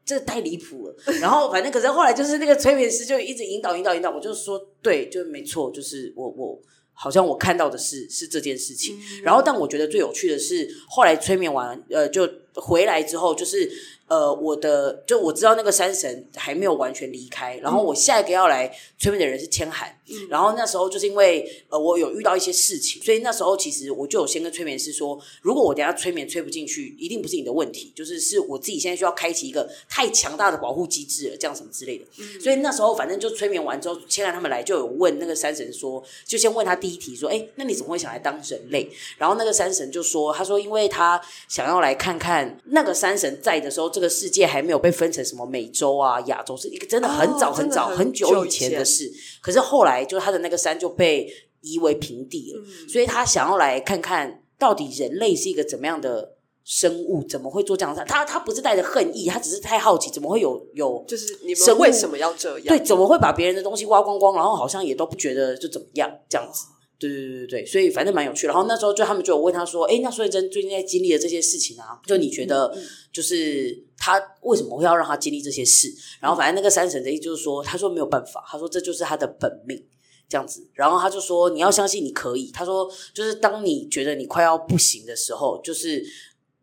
Speaker 2: 这太离谱了。然后反正可是后来就是那个催眠师就一直引导引导引导，我就说对，就没错，就是我我好像 (laughs) 我看到的是是这件事情。然后但我觉得最有趣的是后来催眠完，呃，就回来之后，就是呃，我的就我知道那个山神还没有完全离开，然后我下一个要来催眠的人是千寒，然后那时候就是因为呃，我有遇到一些事情，所以那时候其实我就有先跟催眠师说，如果我等一下催眠催不进去，一定不是你的问题，就是是我自己现在需要开启一个太强大的保护机制了，这样什么之类的。
Speaker 1: 嗯
Speaker 2: 所以那时候反正就催眠完之后，千然他们来就有问那个山神说，就先问他第一题说，哎，那你怎么会想来当人类？然后那个山神就说，他说因为他想要来看看那个山神在的时候，这个世界还没有被分成什么美洲啊、亚洲，是一个真的很早
Speaker 1: 哦
Speaker 2: 很
Speaker 1: 真的
Speaker 2: 早
Speaker 1: 很
Speaker 2: 很久
Speaker 1: 久以
Speaker 2: 以前
Speaker 1: 前
Speaker 2: 的事。可是后来就是他的那个山就被夷为平地了，
Speaker 1: 嗯
Speaker 2: 所以他想要来看看到底人类是一个怎么样的生物，怎么会做这样的事？他他不是带着恨意，他只是太好奇，怎么会有有
Speaker 1: 就是你
Speaker 2: 生
Speaker 1: 们
Speaker 2: 物
Speaker 1: 为什么要这样？
Speaker 2: 对，怎么会把别人的东西挖光光，然后好像也都不觉得就怎么样这样子。对对对对对，所以反正蛮有趣。然后那时候就他们就有问他说：“哎，那孙珍最近在经历的这些事情啊，就你觉得就是他为什么会要让他经历这些事？”然后反正那个山神的意思就是说，他说没有办法，他说这就是他的本命这样子。然后他就说你要相信你可以。他说就是当你觉得你快要不行的时候，就是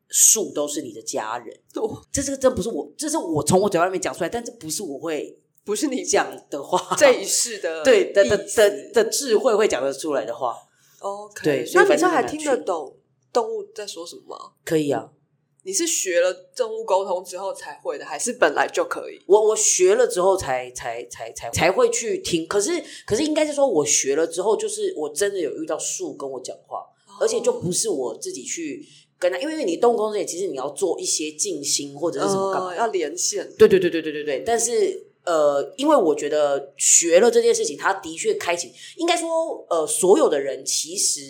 Speaker 2: 树都是你的家人。
Speaker 1: 我
Speaker 2: 这这个真不是我，这是我从我嘴巴里面讲出来，但这不是我会
Speaker 1: 不是你
Speaker 2: 讲的话，
Speaker 1: 这一世的
Speaker 2: 对的的
Speaker 1: 意思
Speaker 2: 的的智慧会讲得出来的话，
Speaker 1: OK，
Speaker 2: 对
Speaker 1: 那
Speaker 2: 所以
Speaker 1: 你
Speaker 2: 反
Speaker 1: 这样
Speaker 2: 正
Speaker 1: 还
Speaker 2: 很有
Speaker 1: 听得
Speaker 2: 趣
Speaker 1: 懂动物在说什么吗？
Speaker 2: 可以啊。
Speaker 1: 你是学了动物沟通之后才会的，还是本来就可以？
Speaker 2: 我我学了之后才才才才才会去听，可是可是应该是说我学了之后，就是我真的有遇到树跟我讲话，而且就不是我自己去跟他，因为你动工作也其实你要做一些静心或者是什么干嘛
Speaker 1: 呃，要连线，
Speaker 2: 对对对对对对对，但是呃，因为我觉得学了这件事情，它的确开启，应该说呃，所有的人其实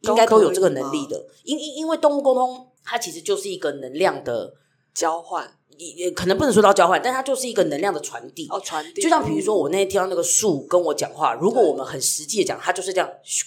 Speaker 2: 应该都有这个能力的，因因因为动物沟通，它其实就是一个能量的，
Speaker 1: 交换
Speaker 2: 也也可能不能说到交换，但它就是一个能量的传递。
Speaker 1: 哦，传递。
Speaker 2: 就像比如说，我那天听到那个树跟我讲话，如果我们很实际的讲，它就是这样，咻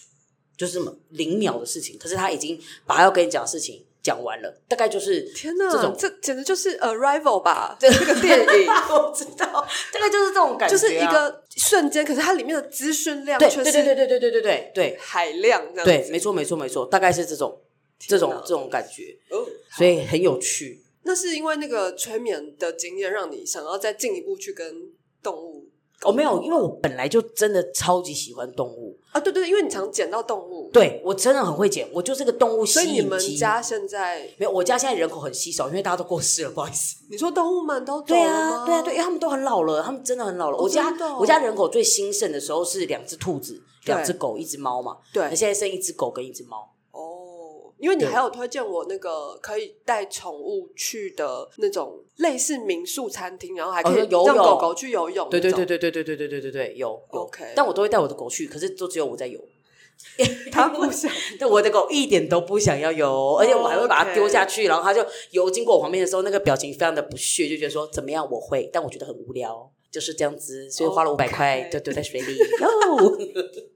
Speaker 2: 就是这么零秒的事情，可是它已经把它要跟你讲的事情讲完了，大概就是 (laughs)
Speaker 1: 天哪，
Speaker 2: 这种
Speaker 1: 这简直就是 Arrival
Speaker 2: (laughs)
Speaker 1: 吧？这个电 (laughs) 影
Speaker 2: 我知道， (laughs) 大概就是这种感觉、
Speaker 1: 就
Speaker 2: 啊
Speaker 1: 是一。个瞬间，可是它里面的资讯量
Speaker 2: 对
Speaker 1: 却是
Speaker 2: 对对对对对对对对
Speaker 1: 海量，这样
Speaker 2: 对对，
Speaker 1: 子
Speaker 2: 没错没错没错，大概是这种这种这种感觉，
Speaker 1: 哦
Speaker 2: 所以很有趣。
Speaker 1: 那是因为那个催眠的经验，让你想要再进一步去跟动物
Speaker 2: 哦，没有，因为我本来就真的超级喜欢动物，
Speaker 1: 啊，对对，对因为你常捡到动物，
Speaker 2: 对我真的很会剪，我就是个动物吸
Speaker 1: 所以你
Speaker 2: 引
Speaker 1: 们
Speaker 2: 机。
Speaker 1: 家现在
Speaker 2: 没有，我家现在人口很稀少，因为大家都过世了，不好意思。
Speaker 1: 你说动物们都走
Speaker 2: 对
Speaker 1: 了
Speaker 2: 啊，
Speaker 1: 吗
Speaker 2: 对啊，对，因为他们都很老了，他们真的很老了。
Speaker 1: 哦
Speaker 2: 我家
Speaker 1: 真的哦
Speaker 2: 我家人口最兴盛的时候是两只兔子、
Speaker 1: 对
Speaker 2: 两只狗、一只猫嘛。那
Speaker 1: 对
Speaker 2: 现在剩一只狗跟一只猫。
Speaker 1: 哦，因为你
Speaker 2: 对
Speaker 1: 还有推荐我那个可以带宠物去的那种类似民宿餐厅，然后还可
Speaker 2: 哦
Speaker 1: 以
Speaker 2: 游
Speaker 1: 让
Speaker 2: 泳
Speaker 1: 狗狗去游泳那种，
Speaker 2: 对对对对对对对对对对对，有有。
Speaker 1: OK
Speaker 2: 但我都会带我的狗去，可是都只有我在游。 (laughs)
Speaker 1: 它不想
Speaker 2: 对，我的狗一点都不想要游，而且我还会把它丢下去，然后它就游经过我旁边的时候，那个表情非常的不屑，就觉得说怎么样我会，但我觉得很无聊，就是这样子，所以花了五百块
Speaker 1: OK
Speaker 2: 就丢在水里。哦，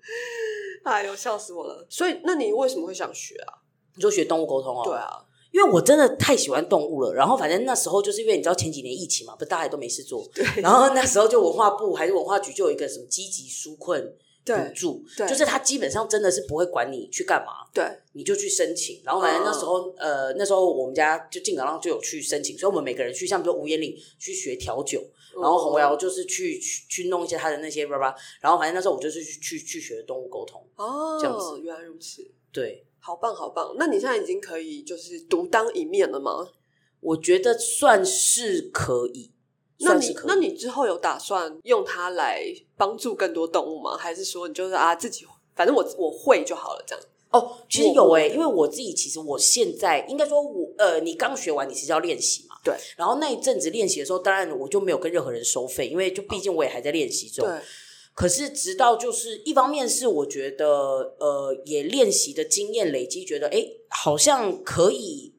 Speaker 1: (laughs) 哎呦，笑死我了！所以，那你为什么会想学啊？
Speaker 2: (laughs) 你说学动物沟通哦？
Speaker 1: 对，啊，
Speaker 2: 因为我真的太喜欢动物了。然后反正那时候就是因为你知道前几年疫情嘛，不是大家也都没事做，
Speaker 1: 对
Speaker 2: 然后那时候就文化部还是文化局就有一个什么积极纾困补
Speaker 1: 对
Speaker 2: 助，
Speaker 1: 对
Speaker 2: 嗯就是它基本上真的是不会管你去干嘛，
Speaker 1: 对，
Speaker 2: 你就去申请。然后反正那时候，
Speaker 1: 哦
Speaker 2: 呃，那时候我们家就进港浪就有去申请，所以我们每个人去，像比如吴彦岭去学调酒，然
Speaker 1: 哦
Speaker 2: 后洪瑶就是去去去弄一些他的那些叭叭。然后反正那时候我就是去去去学动物沟通，
Speaker 1: 哦，
Speaker 2: 这样子
Speaker 1: 原来如此，
Speaker 2: 对。
Speaker 1: 好棒好棒！那你现在已经可以就是独当一面了吗？
Speaker 2: 我觉得算是可以，
Speaker 1: 那
Speaker 2: 算是
Speaker 1: 你
Speaker 2: 可以
Speaker 1: 那你之后有打算用它来帮助更多动物吗？还是说你就是啊自己，反正我我会就好了这样？
Speaker 2: 哦，其实有
Speaker 1: 我
Speaker 2: 诶、因为我自己其实我现在应该说我呃，你刚学完你其实要练习嘛，
Speaker 1: 对。
Speaker 2: 然后那一阵子练习的时候，当然我就没有跟任何人收费，因为就毕竟我也还在练习中。
Speaker 1: 对，
Speaker 2: 可是直到就是一方面是我觉得呃，也练习的经验累积，觉得诶好像可以，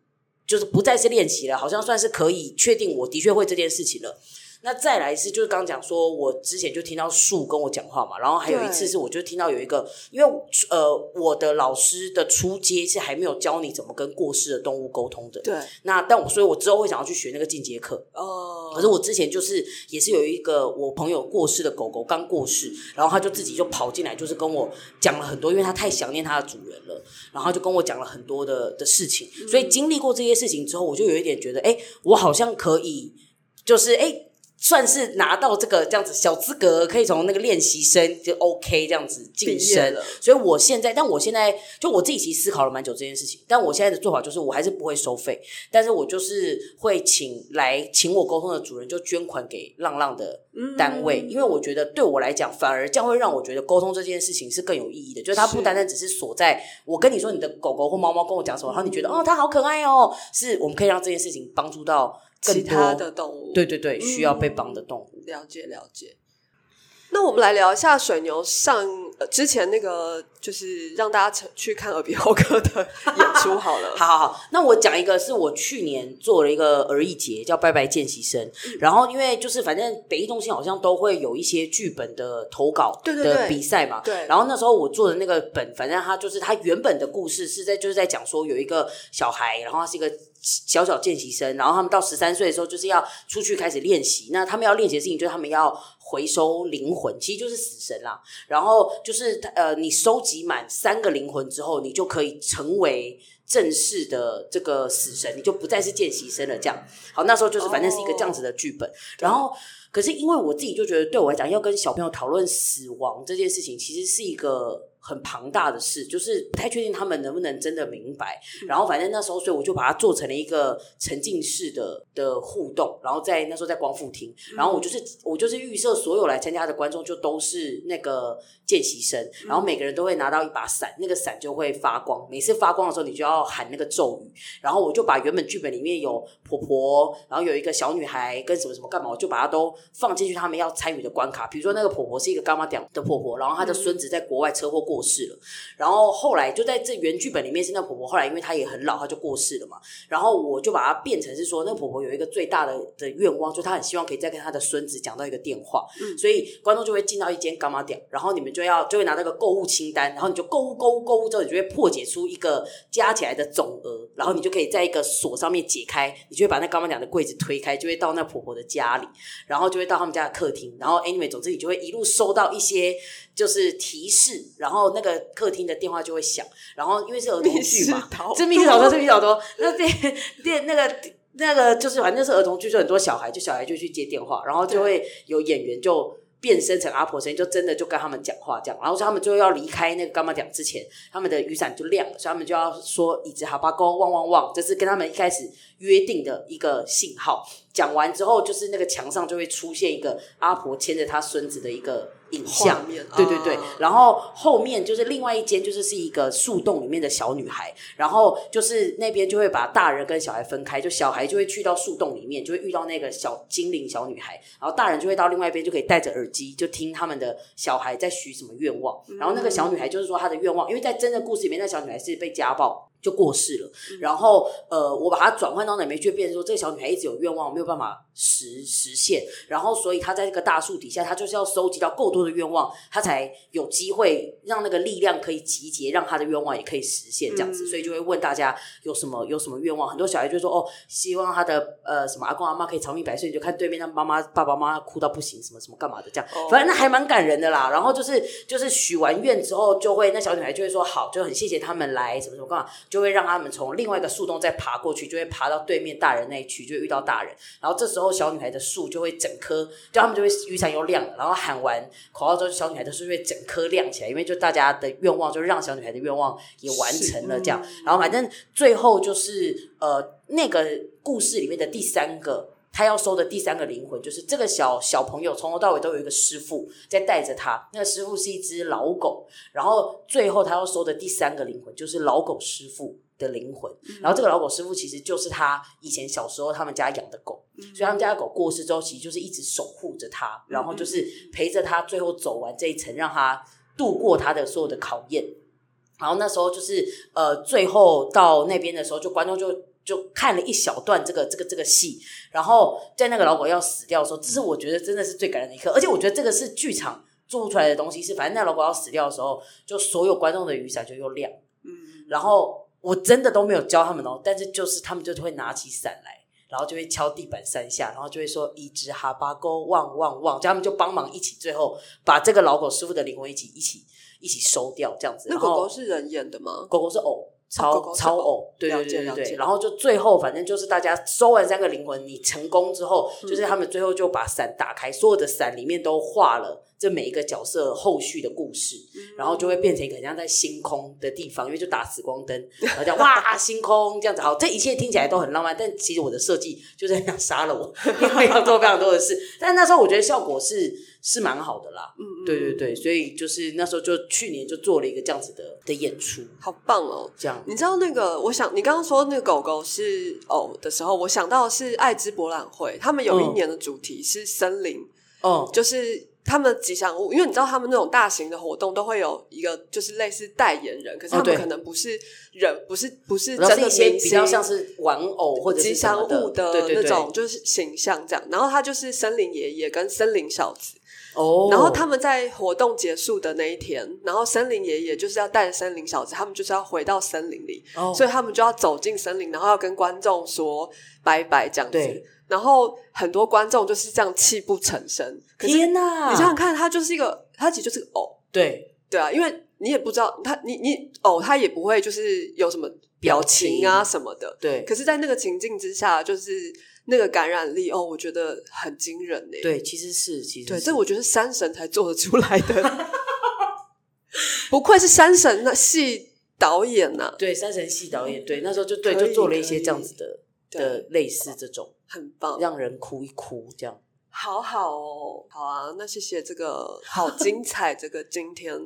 Speaker 2: 就是不再是练习了，好像算是可以确定我的确会这件事情了。那再来是就是刚刚讲说，我之前就听到树跟我讲话嘛，然后还有一次是我就听到有一个，因为呃我的老师的初阶是还没有教你怎么跟过世的动物沟通的，
Speaker 1: 对，
Speaker 2: 那但我所以我之后会想要去学那个进阶课，
Speaker 1: 哦，
Speaker 2: 可是我之前就是也是有一个我朋友过世的狗狗刚过世，然后他就自己就跑进来，就是跟我讲了很多，因为他太想念他的主人了，然后他就跟我讲了很多的的事情。
Speaker 1: 嗯
Speaker 2: 所以经历过这些事情之后，我就有一点觉得，哎、我好像可以，就是哎。诶算是拿到这个这样子小资格，可以从那个练习生就 OK 这样子晋
Speaker 1: 毕业
Speaker 2: 升
Speaker 1: 了，
Speaker 2: 所以我现在，但我现在就我自己其实思考了蛮久这件事情，但我现在的做法就是我还是不会收费，但是我就是会请来请我沟通的主人就捐款给浪浪的单位，
Speaker 1: 嗯
Speaker 2: 因为我觉得对我来讲，反而这样会让我觉得沟通这件事情是更有意义的，就是它不
Speaker 1: 是
Speaker 2: 单单只是锁在我跟你说你的狗狗或猫猫跟我讲什么，然后你
Speaker 1: 嗯
Speaker 2: 觉得哦它好可爱哦，是我们可以让这件事情帮助到更
Speaker 1: 其
Speaker 2: 多
Speaker 1: 他的嗯动物，
Speaker 2: 对对对需要被帮的动物。
Speaker 1: 了解了解。那我们来聊一下水牛上、呃之前那个，就是让大家成去看耳鼻喉科
Speaker 2: (laughs)
Speaker 1: 的演出好了。
Speaker 2: 好好好，那我讲一个是我去年做了一个儿艺节，叫拜拜见习生。
Speaker 1: 嗯
Speaker 2: 然后因为就是反正北艺中心好像都会有一些剧本的投稿
Speaker 1: 对对对
Speaker 2: 的比赛嘛，
Speaker 1: 对
Speaker 2: 然后那时候我做的那个本，反正它就是它原本的故事是在就是在讲说有一个小孩，然后他是一个。小小见习生，然后他们到十三岁的时候，就是要出去开始练习。那他们要练习的事情，就是他们要回收灵魂，其实就是死神啦。然后就是呃，你收集满三个灵魂之后，你就可以成为正式的这个死神，你就不再是见习生了。这样，好，那时候就是反正是一个这样子的剧本。然后，可是因为我自己就觉得，对我来讲，要跟小朋友讨论死亡这件事情，其实是一个。很庞大的事，就是不太确定他们能不能真的明白。然后反正那时候，所以我就把它做成了一个沉浸式的的互动。然后在那时候在光复厅，然后我就是我就是预设所有来参加的观众就都是那个见习生，然后每个人都会拿到一把伞，那个伞就会发光。每次发光的时候，你就要喊那个咒语。然后我就把原本剧本里面有婆婆，然后有一个小女孩跟什么什么干嘛，我就把它都放进去他们要参与的关卡。比如说那个婆婆是一个干妈点的婆婆，然后她的孙子在国外车祸过世了，然后后来就在这原剧本里面是那婆婆，后来因为她也很老，她就过世了嘛。然后我就把它变成是说，那婆婆有一个最大的的愿望，就她很希望可以再跟她的孙子讲到一个电话，所以观众就会进到一间干妈店，然后你们就要就会拿那个购物清单，然后你就购物购物购物之后，你就会破解出一个加起来的总额，然后你就可以在一个锁上面解开，你就会把那干妈店的柜子推开，就会到那婆婆的家里，然后就会到他们家的客厅，然后 anyway，总之你就会一路收到一些就是提示，然后那个客厅的电话就会响，然后因为是儿童
Speaker 1: 密
Speaker 2: 剧
Speaker 1: 室
Speaker 2: 嘛，
Speaker 1: 逃
Speaker 2: 这密室逃脱，这密室逃脱，那电电那个。那个就是反正是儿童剧，就很多小孩，就嗯小孩就去接电话，然后就会有演员就变身成阿婆声音，就真的就跟他们讲话这样，然后所以他们就要离开那个干妈讲之前，他们的雨伞就亮了，所以他们就要说椅子哈巴沟汪汪汪，这是跟他们一开始约定的一个信号。讲完之后，就是那个墙上就会出现一个阿婆牵着她孙子的一个影
Speaker 1: 画
Speaker 2: 像，
Speaker 1: 面，
Speaker 2: 对对对
Speaker 1: 啊，
Speaker 2: 然后后面就是另外一间，就是是一个树洞里面的小女孩，然后就是那边就会把大人跟小孩分开，就小孩就会去到树洞里面，就会遇到那个小精灵小女孩，然后大人就会到另外一边，就可以戴着耳机就听他们的小孩在许什么愿望，然后那个小女孩就是说她的愿望，因为在真的故事里面，那小女孩是被家暴。就过世了，然后呃，我把它转换到哪边去，变成说这个小女孩一直有愿望，没有办法实实现，然后所以她在这个大树底下，她就是要收集到够多的愿望，她才有机会让那个力量可以集结，让她的愿望也可以实现这样子，
Speaker 1: 嗯
Speaker 2: 所以就会问大家有什么有什么愿望，很多小孩就说哦，希望他的呃什么阿公阿妈可以长命百岁，你就看对面那妈妈爸爸妈妈哭到不行，什么什么干嘛的这样，
Speaker 1: 哦
Speaker 2: 反正那还蛮感人的啦。然后就是就是许完愿之后，就会那小女孩就会说好，就很谢谢他们来什么什么干嘛，就会让他们从另外一个树洞再爬过去，就会爬到对面大人那一区，就会遇到大人。然后这时候小女孩的树就会整棵，就他们就会雨伞又亮了，然后喊完口号之后，小女孩的树就会整棵亮起来，因为就大家的愿望就让小女孩的愿望也完成了这样。然后反正最后就是呃，那个故事里面的第三个。他要收的第三个灵魂，就是这个小小朋友从头到尾都有一个师傅在带着他。那个师傅是一只老狗，然后最后他要收的第三个灵魂就是老狗师傅的灵魂。然后这个老狗师傅其实就是他以前小时候他们家养的狗，所以他们家的狗过世之后，其实就是一直守护着他，然后就是陪着他最后走完这一层，让他度过他的所有的考验。然后那时候就是呃，最后到那边的时候，就观众就就看了一小段这个这个这个戏，然后在那个老狗要死掉的时候，这是我觉得真的是最感人的一刻，而且我觉得这个是剧场做出来的东西是，反正那老狗要死掉的时候，就所有观众的雨伞就又亮，
Speaker 1: 嗯，
Speaker 2: 然后我真的都没有教他们哦，但是就是他们就会拿起伞来。然后就会敲地板三下，然后就会说一只哈巴狗汪汪汪，就他们就帮忙一起，最后把这个老狗师傅的灵魂一起一起一起收掉，这样子。
Speaker 1: 那
Speaker 2: 然
Speaker 1: 狗
Speaker 2: 后
Speaker 1: 狗是人演的吗？
Speaker 2: 狗狗是偶，超、
Speaker 1: 哦狗狗是
Speaker 2: 超
Speaker 1: 偶
Speaker 2: 偶，对
Speaker 1: 了
Speaker 2: 对
Speaker 1: 解
Speaker 2: 对对
Speaker 1: 了解
Speaker 2: 对。然后就最后反正就是大家收完三个灵魂，你成功之后，
Speaker 1: 嗯
Speaker 2: 就是他们最后就把伞打开，所有的伞里面都画了这每一个角色后续的故事，
Speaker 1: 嗯
Speaker 2: 然后就会变成一个很像在星空的地方，因为就打死光灯，然后这样哇 (laughs) 星空这样子。好，这一切听起来都很浪漫，但其实我的设计就是很想杀了
Speaker 1: (laughs)
Speaker 2: 我，因为要做非常多的事。但那时候我觉得效果是是蛮好的啦。
Speaker 1: 嗯，嗯
Speaker 2: 对对，对，所以就是那时候就去年就做了一个这样子的的演出，
Speaker 1: 好棒哦！
Speaker 2: 这样。
Speaker 1: 你知道那个，我想你刚刚说那个狗狗是偶的时候，我想到是爱之博览会，他们有一
Speaker 2: 嗯
Speaker 1: 年的主题是森林，
Speaker 2: 哦，
Speaker 1: 就是他们吉祥物，因为你知道他们那种大型的活动都会有一个就是类似代言人，可是他们
Speaker 2: 哦对
Speaker 1: 可能不是人，不是不是
Speaker 2: 然后
Speaker 1: 真
Speaker 2: 是
Speaker 1: 的
Speaker 2: 一些
Speaker 1: 明
Speaker 2: 比
Speaker 1: 星
Speaker 2: 较。像是玩偶或者
Speaker 1: 吉
Speaker 2: 是什
Speaker 1: 祥
Speaker 2: 么
Speaker 1: 物
Speaker 2: 的对
Speaker 1: 那
Speaker 2: 对对
Speaker 1: 种就是形象这样，然后他就是森林爷爷跟森林小子，
Speaker 2: 哦，
Speaker 1: 然后他们在活动结束的那一天，然后森林爷爷就是要带着森林小子，他们就是要回到森林里，
Speaker 2: 哦
Speaker 1: 所以他们就要走进森林，然后要跟观众说拜拜这样子
Speaker 2: 对。
Speaker 1: 然后很多观众就是这样泣不成声。可是
Speaker 2: 天哪，
Speaker 1: 你想想看，他就是一个，他其实就是个偶，
Speaker 2: 对
Speaker 1: 对啊，因为你也不知道他，你你偶他也不会就是有什么表情啊
Speaker 2: 表
Speaker 1: 什么的。
Speaker 2: 对
Speaker 1: 可是，在那个情境之下，就是那个感染力哦，我觉得很惊人呢、
Speaker 2: 对，其实是其实
Speaker 1: 对，
Speaker 2: 是
Speaker 1: 这我觉得是山神才做得出来 (laughs) 的，不愧是山神那戏导演啊呐、
Speaker 2: 对三神系导演对那时候就对
Speaker 1: 可以
Speaker 2: 就做了一
Speaker 1: 可以
Speaker 2: 些这样子的
Speaker 1: 对
Speaker 2: 的类似这种
Speaker 1: 很棒，
Speaker 2: 让人哭一哭这样。
Speaker 1: 好好哦，好啊，那谢谢这个好精彩，这个今天，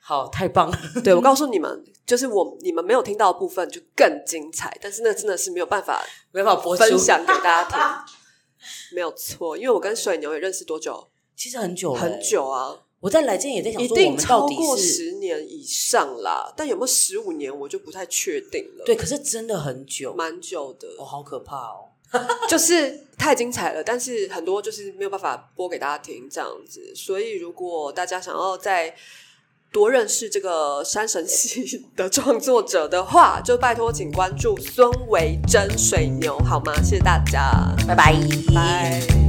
Speaker 2: 好，太棒了！
Speaker 1: (laughs) 对我告诉你们，就是我你们没有听到的部分就更精彩，但是那真的是没有办法
Speaker 2: 没办法播出
Speaker 1: 分享给
Speaker 2: (laughs)
Speaker 1: 大
Speaker 2: 啊
Speaker 1: 家听，没有错，因为我跟水牛也认识多久？
Speaker 2: 其实很久了欸
Speaker 1: 很，久啊，
Speaker 2: 我在来之前也在想
Speaker 1: 一
Speaker 2: 说，我
Speaker 1: 定
Speaker 2: 们
Speaker 1: 超
Speaker 2: 到底
Speaker 1: 过
Speaker 2: 是
Speaker 1: 十年以上啦，但有没有十五年我就不太确定了，
Speaker 2: 对，，可是真的很久，
Speaker 1: 蛮久的，
Speaker 2: 哦，好可怕哦！
Speaker 1: 就是太精彩了，但是很多就是没有办法播给大家听这样子。所以如果大家想要再多认识这个山神系的创作者的话，就拜托请关注孙维真水牛好吗？谢谢大家，
Speaker 2: 拜拜，
Speaker 1: 拜。